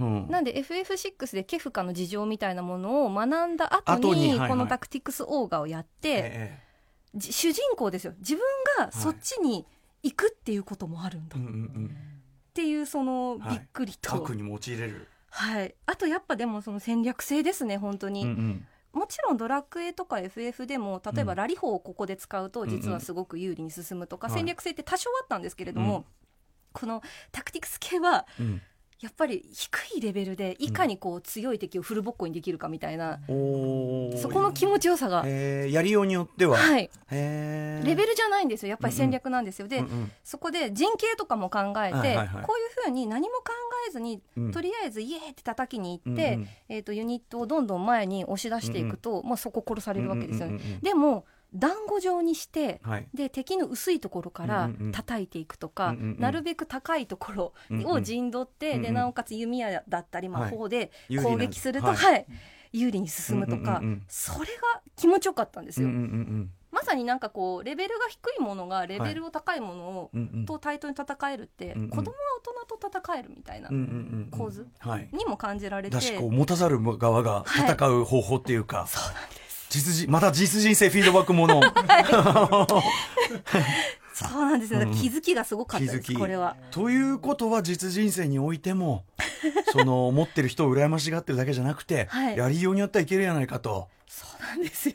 うん
なんで FF6 でケフカの事情みたいなものを学んだ後
後
に
にはいはい
このタクティクスオーガをやって、
え
じ主人公ですよ自分がそっちに行くっていうこともあるんだ
えうんうんうん
っていうその
はい
びっくりと、
核に用いれる、
はい、あとやっぱでもその戦略性ですね本当
う
に、
んうん、
もちろんドラクエとか FF でも例え
う
ば
ん
ラリ法をここで使うと
んうん
実はすごく有利に進むとか、
はい
戦略性って多少あったんですけれども、
うん
このタクティクス系は
うん
やっぱり低いレベルでいかにこう強い敵をフルボッコにできるかみたいな、
おー
そこの気持ちよさが、
えーやりようによっては、
はい、
えー
レベルじゃないんですよやっぱり戦略なんですよ、で、
うんうん
そこで陣形とかも考えて、
はいはいはい
こういうふうに何も考えずに、
うん
とりあえずイエーって叩きに行っ
うん
て、
うん
えー、とユニットをどんどん前に押し出していくと、まあ、そこ殺されるわけですよね。
うんうんうんうん
でも団子状にして
はい
で敵の薄いところか
う
ら
んうんうん
叩いていくとか、
うんうんうん
なるべく高いところを陣取って、
うんうんうんう
で
ん
なおかつ弓矢だったり魔法で
有利な
攻撃すると、
はい
はい有利に進むとか、
うんうんうんうん
それが気持ちよかったんです
うん
よ、
うんうん
まさになんかこうレベルが低いものがレベルを高いものを、
うんうんうん
と対等に戦えるって、
うんうん
子供は大人と戦えるみたいな、
うんうんうんうん
構図
はい
にも感じられて
だしこう持たざる側が
はい
戦う方法っていう か、実人また実人性フィードバックもの
そうなんですよ、気づきがすごかったで
気づ
す
き
これは
ということは実人生において もその持ってる人を羨ましがってるだけじゃなくて、
はい
やりようによってはいけるやないかと
そうなんです よ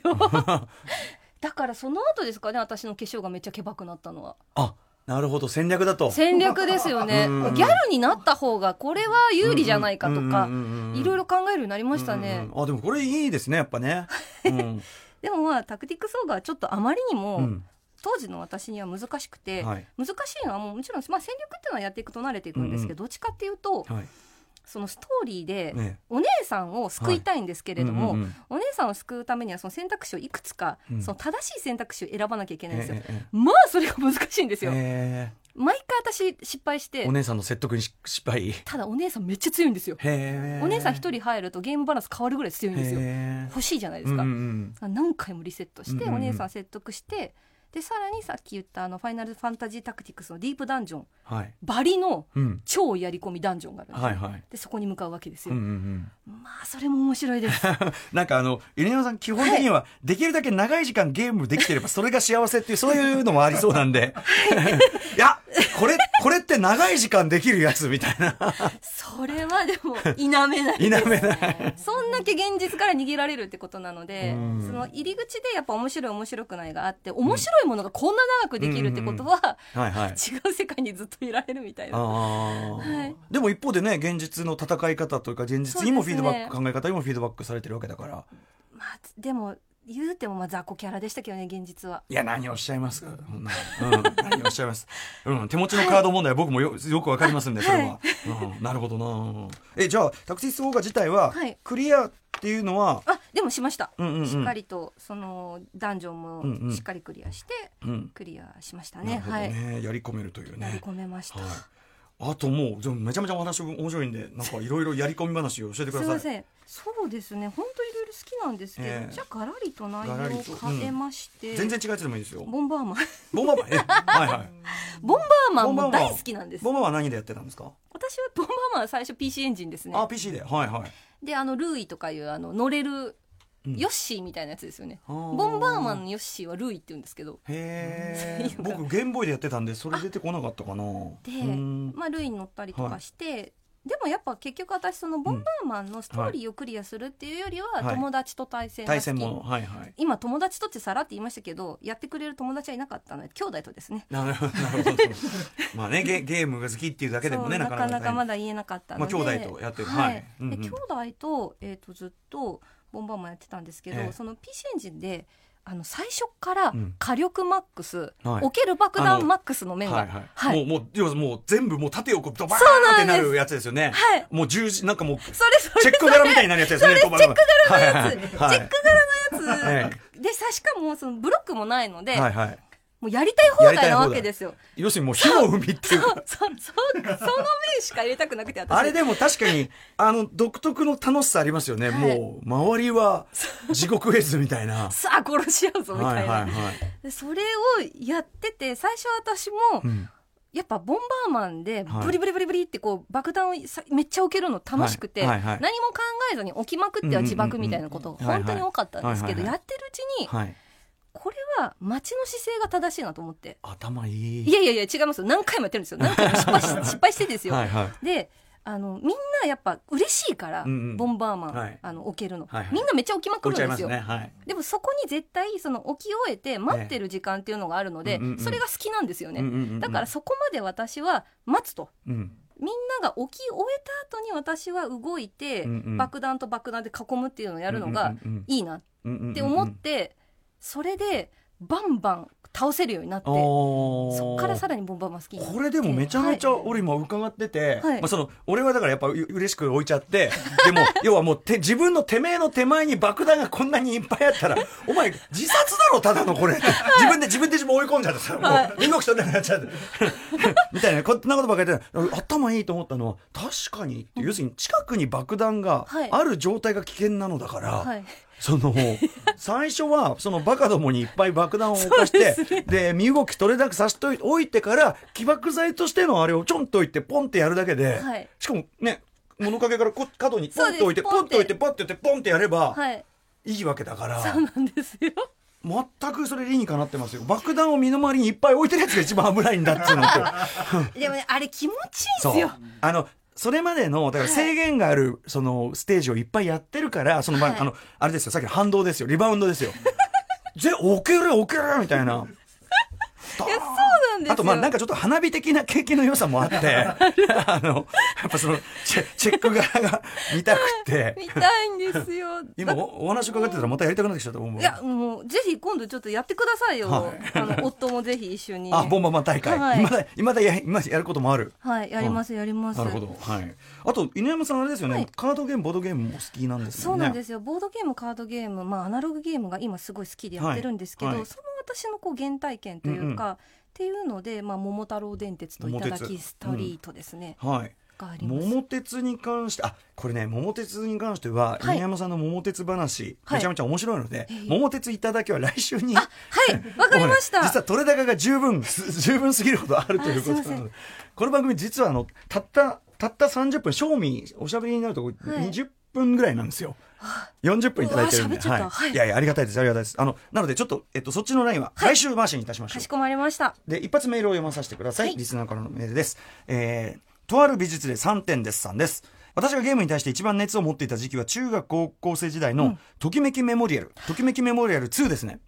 だからその後ですかね私の化粧がめっちゃけばくなったのは
あなるほど戦略だと
戦略ですよね
うん
ギャルになった方がこれは有利じゃないかとか
うんうんうんうん
いろいろ考えるようになりましたね、
うんうんあでもこれいいですねやっぱ ね、うん
でもまあタクティックソーガはちょっとあまりにも、
うん
当時の私には難しくて、
はい
難しいのはもうもちろん、まあ、戦略っていうのはやっていくと慣れていくんですけど、どっちかっていうと
はい
そのストーリーで、
ね
お姉さんを救いたいんですけれども、
はいうんうんうん
お姉さんを救うためにはその選択肢をいくつか、
うん
その正しい選択肢を選ばなきゃいけないんですよ。
えええ
まあそれが難しいんですよ。
え
毎回私失敗し
え
て
お姉さんの説得にし失敗へ
ただお姉さんめっちゃ強いんですよ。
え
お姉さん一人入るとゲームバランス変わるぐらい強いんですよ。
へえ
欲しいじゃないですか。
うんうんうん
何回もリセットし
う
て、
んうんうん
お姉さん説得してでさらにさっき言ったあの「ファイナルファンタジータクティクス」のディープダンジョン
はい。
バリの
うん。
超やり込みダンジョンがあるんですよ
はいはい。
でそこに向かうわけです
うん
よ、
うんうん、
まあそれも面白いです
なんかあの入山さん基本的にはできるだけ長い時間ゲームできてればそれが幸せっていうそういうのもありそうなんで いやこれこれって長い時間できるやつみたいな
それはで も否めない
否めない
そんだけ現実から逃げられるってことなので、
うん
その入り口でやっぱ面白い面白くないがあって面白いものがこんな長くできるってこと は、
はいはい
違う世界にずっといられるみたいな。
あー
はい
でも一方でね現実の戦い方というか現実にも
そ
フ
う
ィ
で
ード
すね
バック、考え方にもフィードバックされてるわけだから
まあでも言うてもまあ雑魚キャラでしたけどね現実は。
いや何をおっしゃいますか、うん、何をおっしゃいます、 うん、手持ちのカード問題は僕もよ よくわかりますんでそれは、うん、なるほどなえじゃあタクシースウォーカー自体は、
はい
クリアっていうのは
あでもしました、
うんうんうん
しっかりとそのダンジョン
うんう
も
ん
しっかりクリアして、
うん
クリアしました
な
ね
るほど
はい
ね、やり込めるという
やり
ね。
込めました、
はい。あともうでもめちゃめちゃお話面白いんでなんかいろいろやり込み話を教えてくだ
すい
さい。
ませんそうですね本当いろいろ好きなんですけど、
ええ
じゃあガラリと内
ガラ
容
リ
を
と
変えまして、
全然違うやつでもいいですよ。
ボンバーマン
ボンバーマンえ。はいはい。
ボンバーマンも大好きなんです
ボンバーマンは何でやってたんですか。
私はボンバーマンは最初 PC エンジンですね
あ PC で。はいはい。
であのルーイとかいうあの乗れる
うん
ヨッシーみたいなやつですよね、ボ
ボ
ンバーマン。のヨッシーはルーイって言うんですけど
へえ。僕ゲームボーイでやってたんでそれ出てこなかったかな。
で
うん
まあ、ルイに乗ったりとかして、でもやっぱ結局私そのボンバーマンのストーリーをクリアするっていうより
は
はい友達と対戦が
対
好き、
戦もはいはい。
今友達とってさらって言いましたけどやってくれる友達はいなかったので兄弟とですね
なるほどなるほど。まあねゲゲームが好きっていうだけでもね
そう
なか
な
なか
か
ね
なかまだ言えなかったので、
まあ兄弟とやってる
はい
はいうんうん
で兄弟と,、えー、とずっとボンバーマンやってたんですけど、
ええ
その PC エンジンであの最初から
うん
火力マックス、
はい
置ける爆
あ
弾
の
マックスの面が、
は
はいい
はい、
はい
もうもう要はもう全部もう縦横ドバーンってな
そうなん
るやつですよね
はい
もう十字なんかもう
それそ
チェ
れ
ック柄みたいになるやつですねチェック柄の
やつチェック柄のやつ、
え
でさしかもそのブロックもないので、
はいはい
もうやりたい放題なわけですよ
要するにもう火の海っていう
そう
か
そうそうその面しか入れたくなくて私
あれでも確かにあの独特の楽しさありますよね、
はい
もう周りは地獄絵図みたいな
さあ殺し合うぞみたいな、
はいはいはい、
でそれをやってて最初私も、
うん
やっぱボンバーマンで
はい
ブリブリブリブリってこう爆弾をさめっちゃ置けるの楽しくて、
はいはいはい
何も考えずに置きまくっては自爆みたいなことが本当に多かったんですけど
はいはい
やってるうちに
はい、
これは街の姿勢が正しいなと思って
頭いい
いやいやいや違いますよ何回もやってるんですよ何回も失敗し失敗してですよ、
はいはい
であのみんなやっぱ嬉しいから、
うんうん
ボンバーマン、
はい
あの置けるの、
はいはい
みんなめっちゃ置きまく
置い
る
ちゃ
ん
います
で
す
よ
ねはい
でもそこに絶対その置き終えて待ってる時間っていうのがあるの
ええ
で、
うんうんうん
それが好きなんですよね、
うんうんうんうん
だからそこまで私は待つと
うん
みんなが置き終えた後に私は動いて、
うんうん
爆弾と爆弾で囲むっていうのをやるのが
うん
いいなっ
うんうんうんうんうん
て思って、それでバンバン倒せるようになって
あー
そっからさらにボンバーマン好きになって
これでもめちゃめちゃ
はい
俺今伺ってて、
はい
まあ、その俺はだからやっぱう嬉しく置いちゃってで も要はもうて自分の手前の手前に爆弾がこんなにいっぱいあっ たらお前自殺だろただのこれ自分で自分で自分を追い込んじゃってさもう身動き取れなくなっちゃって みたいなこんなことばっかり言ってた頭いいと思ったのは確かにって要するに近くに爆弾が
はい
ある状態が危険なのだから。
はい
そ の最初はそのバカどもにいっぱい爆弾を置かしてで,、身動き取れなくさせておいてから起爆剤としてのあれをちょんと置いてポンってやるだけで、
はい
しかもね物陰からこ角にポンと置いて
そうです
ポンと置いてポ
ポ
ンって置いてポンってやれば
はい
いいわけだから、
そうなんです よ
全くそれ理にかなってますよ爆弾を身の回りにいっぱい置いてるやつが一番危ないんだっていうのと。
でもねあれ気持ちいいん
そ
ですよ
うあのそれまでのだから制限がある、そのステージをいっぱいやってるからその、まあ
はい
あのあれですよさっきの反動ですよリバウンドです よぜ置ける置けるみたいな。
いやそうなんですよ
あとまあなんかちょっと花火的な経験の良さもあっ てあのやっぱそのチェチェック柄が見たくて
見たいんですよ
今おお話伺ってたらまたやりたくなってきちゃったと思う
いやもうぜひ今度ちょっとやってくださいよ、
は
あの夫もぜひ一緒に
あボンバーマン大会、
はい
いまだいまだや今やることもある
はいやりますやります
なるほどはいあと犬山さんあれですよね、
はい
カードゲームボードゲームも好きなんです
そ
よね
うなんですよボードゲームカードゲーム、まあ、アナログゲームが今すごい好きでやってるんですけど、
はいはい
その私のこう原体験というか、
うんうん
っていうので、まあ、桃太郎電鉄といただきストリートですね、
はい。
かあります
桃鉄に関してあこれね桃鉄に関しては
はい
犬山さんの桃鉄話、
はい
めちゃめちゃ面白いので、
ええ
桃鉄いただきは来週に
あはいわかりました
実は取れ高が十分す十分すぎるほどあるということ
あすい
な
ませ
の
ん
でこの番組実はあのたったたった30分賞味おしゃべりになるとこ
い
20分ぐらいなんですよ、40分いただいてるんで、
うわ喋っちゃったはい
いやいや、ありがたいです、ありがたいです。あの、なので、ちょっと、えっと、そっちのラインは、来週回しにいたしましょう
かし。こまりました
で、一発メールを読まさせてください。
はい
リスナーからのメールです。えー、とある美術で3点ですさんです。私がゲームに対して一番熱を持っていた時期は中学高校生時代の、ときめきメモリアル、ときめきメモリアル2ですね。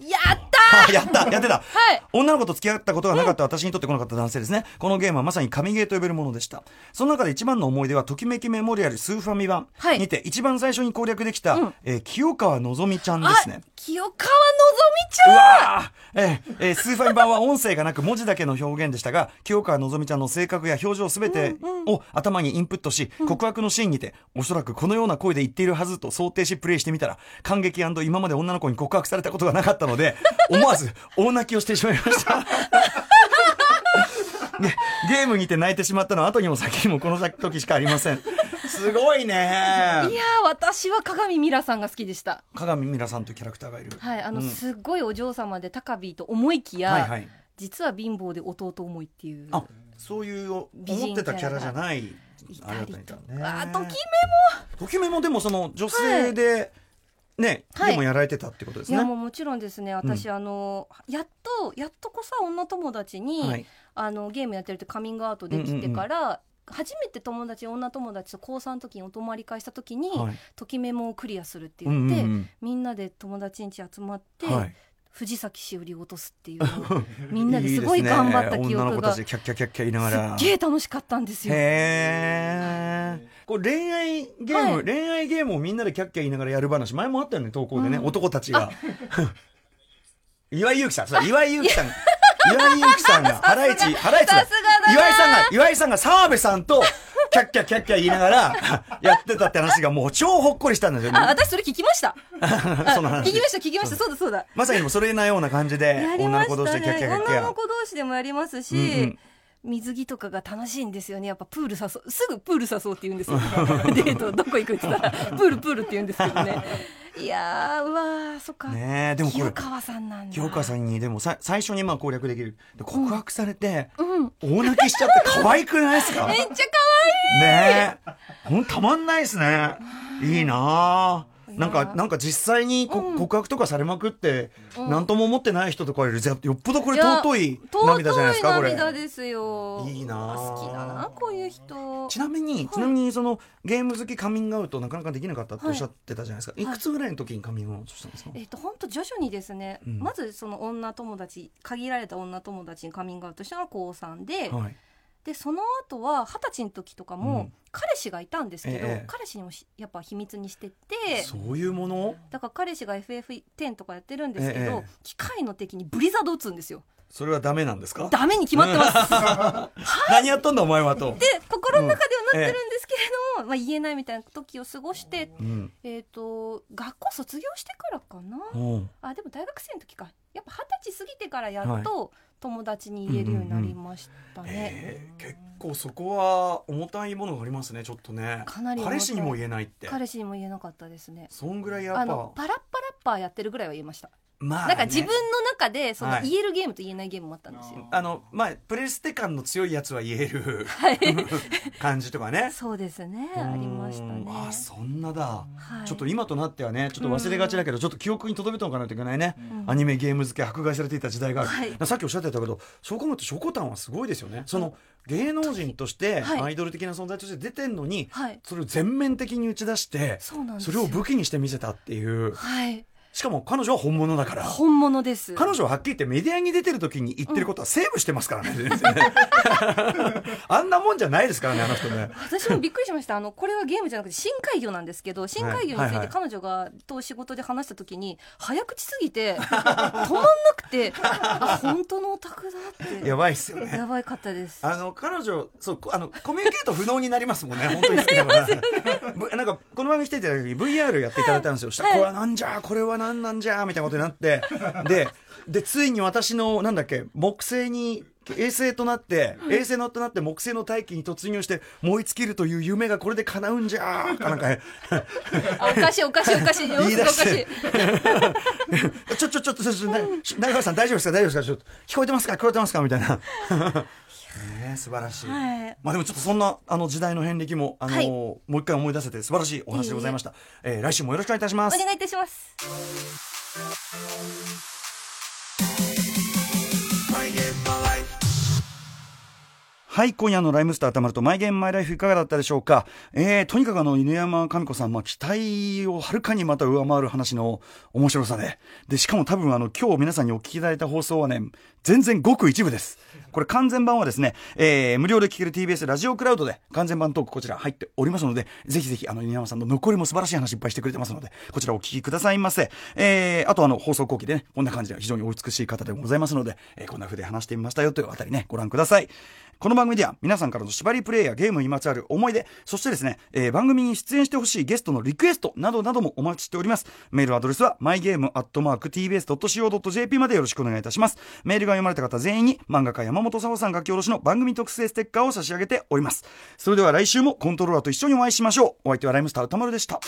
やっ
あやったやってた、
はい
女の子と付き合ったことがなかった私にとってこなかった男性ですね。このゲームはまさに神ゲーと呼べるものでした。その中で一番の思い出は、ときめきメモリアルスーファミ版
はい
にて、一番最初に攻略できた、
うん
えー清川のぞみちゃんで
た
すね。
清川のぞみち
う
ゃん
わーえええースーファミ版は音声がなく文字だけの表現でしたが、清川のぞみちゃんの性格や表情すべてを頭にインプットし、告白のシーンにて、おそらくこのような声で言っているはずと想定しプレイしてみたら、感激今まで女の子に告白されたことがなかったの で、思わず大泣きをしてしまいました。ねゲームにて泣いてしまったのは後にも先にもこの時しかありません。すごいね
いやー私は鏡ミラさんが好きでした
鏡ミラさんというキャラクターがいる。
はいあの、
うん
すっごいお嬢様で高ビーと思いきや、
はいはい。
実は貧乏で弟思いっていう
あそういう思ってたキャラじゃない
い
あれ
た
だっ
り
たん
と
だ
か、
ね
あときめ
ときめもでもその女性でね、
はい
でもやられてたってことです
い
ね
やもうもちろんですね私、あのやっとやっとこさ女友達に、
はい
あのゲームやってるってカミングアウトできてから、初めて友達女友達と高3の時にお泊まり会した時に、
はい
ときメモをクリアするって
うん
言っ
うん
て、
うん
みんなで友達ん家集まって、
はい
藤崎しおりを落と すっていうのをみんなですごい頑張った
いいですね
記
女の
憶
子
が
たちでキャッキャッキャッキャ言いながら
すっげえ楽しかったんですよ。
へえこう恋愛ゲーム、
はい
恋愛ゲームをみんなでキャッキャ言いながらやる話前もあったよね投稿でね、
うん
男たちが 岩井勇気さんそう岩井勇気さん岩井勇気さんがハライチハライチ
さすがだな
岩井さんが岩井さんが澤部さんと キャッキャキャッキャ言いながら やってたって話がもう超ほっこりしたんですよ、ね
あ、、私それ聞きました。
その
聞
話
きました、聞きました。そうだ、そうだ。
まさにもうそれなような感じで
やり
女
ま
の
し
子同士
た
でキャッキ
ね。
ャキャッキ
女の
ャ
子同士でもやりますし、
うんうん
水着とかが楽しいんですよね。やっぱプール誘う、すぐプール誘うって言うんです よ。デート、どこ行くって言ったら、プール、プールって言うんですけどね。いやー、うわー、そっか。
ねえでもこれ
清川さんなんだ。
清川さ
ん。
んにでもさ最初にまあ攻略できるで告白されて、
うん。
大泣きしちゃって可愛くないです か
めっ
ね
ちゃ
え。ほんたまんないですね。いいなあなんか、なんか実際にこ告白とかされまくって、なんとも思ってない人とかより、ぜよっぽどこれ
いや
尊い
可愛い。
涙じゃないですか、こ
尊い
れ。
涙ですよ。
いいなー
好きだな、こういう人。
ちなみに、ちなみにそのゲーム好きカミングアウトなかなかできなかったっておっしゃってたじゃないですか。い、
い
くつぐらいの時にカミングアウトしたんですか、
えっと本当徐々にですね、
うん
まずその女友達限られた女友達にカミングアウトしたのが高3で、
はい。
でその後は二十歳の時とかも、
うん
彼氏がいたんですけど、
ええ
彼氏にもしやっぱ秘密にしてて
そういうもの
だから彼氏が FF10 とかやってるんですけど、
ええ
機械の敵にブリザード打つんですよ
それはダメなんですか
ダメに決まってます
何やっとんだお前はと。
で心の中ではなってるんですけれども、まあ、言えないみたいな時を過ごして、
うん。
えっと学校卒業してからかな、
うん
あでも大学生の時かやっぱ二十歳過ぎてからやっと友達に言えるようになりましたね、
えー結構そこは重たいものがありますねちょっとね
かなり重たい
彼氏にも言えないって
彼氏にも言えなかったですね
そんぐらいや
あ
っ
の
ぱ
パラッパラッパーやってるぐらいは言えました
まあ、
なんか自分の
ね
中でその
はい
言えるゲームと言えないゲームもあったんですよ、
あのまあプレステ感の強いやつは言え る
はい、
感じとか ね
そうですねありました
う
ね
んあそんなだ、
はい
ちょっと今となってはねちょっと忘れがちだけど、ちょっと記憶に留めておかないといけないね、
うん
アニメゲーム付け迫害されていた時代がある、
はい
さっきおっしゃってたけど証拠もって証拠団はすごいですよねその芸能人として、
はい
アイドル的な存在として出てんのに、
はい
それを全面的に打ち出して
そうなんです
それ
よ
を武器にして見せたっていう
はい
しかも彼女は本物だから
本物です
彼女ははっきり言ってメディアに出てる時に言ってることはセーブしてますからね、全 然ねあんなもんじゃないですからねあの人ね
私もびっくりしましたあのこれはゲームじゃなくて深海魚なんですけど深海魚につ
はい
い
は
て
い
彼女がと仕事で話した時に早口すぎ て止まんなくてあ本当のオタクだって
やばいっすよね
やばいかったです
あの彼女そうこあのコミュニケート不能になりますもん ね本当に好きだから、ぶなんかこの番組来ていただいた時に VR やっていただいたんですよ、したら
はい
これはなんじゃこれは なんなんじゃみたいなことになってででついに私のなんだっけ木星に衛星となって、衛星のとなって木星の大気に突入して燃え尽きるという夢がこれで叶うんじゃーかなんかね
あおかしいおかしいおかしい様
言い出
子がおか
し
しい
て。 ちょ、ちょ、ちょっと、ちょっと、な中川さん大丈夫ですか大丈夫ですかちょっと、聞こえてますか聞こえてますかみたいな。ねえ素晴らしい。
はい
まあでもちょっとそんな、あの時代の遍歴も、あの
はい
もう一回思い出せて素晴らしいお話でございました。えー来週もよろしくお願いいたしま
お
す。
願いいたします
はい、今夜のライムスターたまると、マイゲームマイライフいかがだったでしょうか。えー、とにかくあの、犬山神子さん、まあ、期待をはるかにまた上回る話の面白さで。で、しかも多分あの、今日皆さんにお聞きいただいた放送はね、全然ごく一部です。これ完全版はですね、えー、無料で聞ける TBS ラジオクラウドで完全版トークこちら入っておりますので、ぜひぜひあの、犬山さんの残りも素晴らしい話いっぱいしてくれてますので、こちらお聞きくださいませ。えー、あとあの、放送後期でね、こんな感じで非常にお美しい方でございますので、えーこんな風で話してみましたよというあたりね、ご覧ください。この番組では皆さんからの縛りプレイやゲームにまつわる思い出、そしてですね、えー番組に出演してほしいゲストのリクエストなどなどもお待ちしております。メールアドレスは mygame.tbs.co.jp までよろしくお願いいたします。メールが読まれた方全員に漫画家山本沙穂さん書き下ろしの番組特製ステッカーを差し上げております。それでは来週もコントローラーと一緒にお会いしましょう。お相手はライムスター歌丸でした。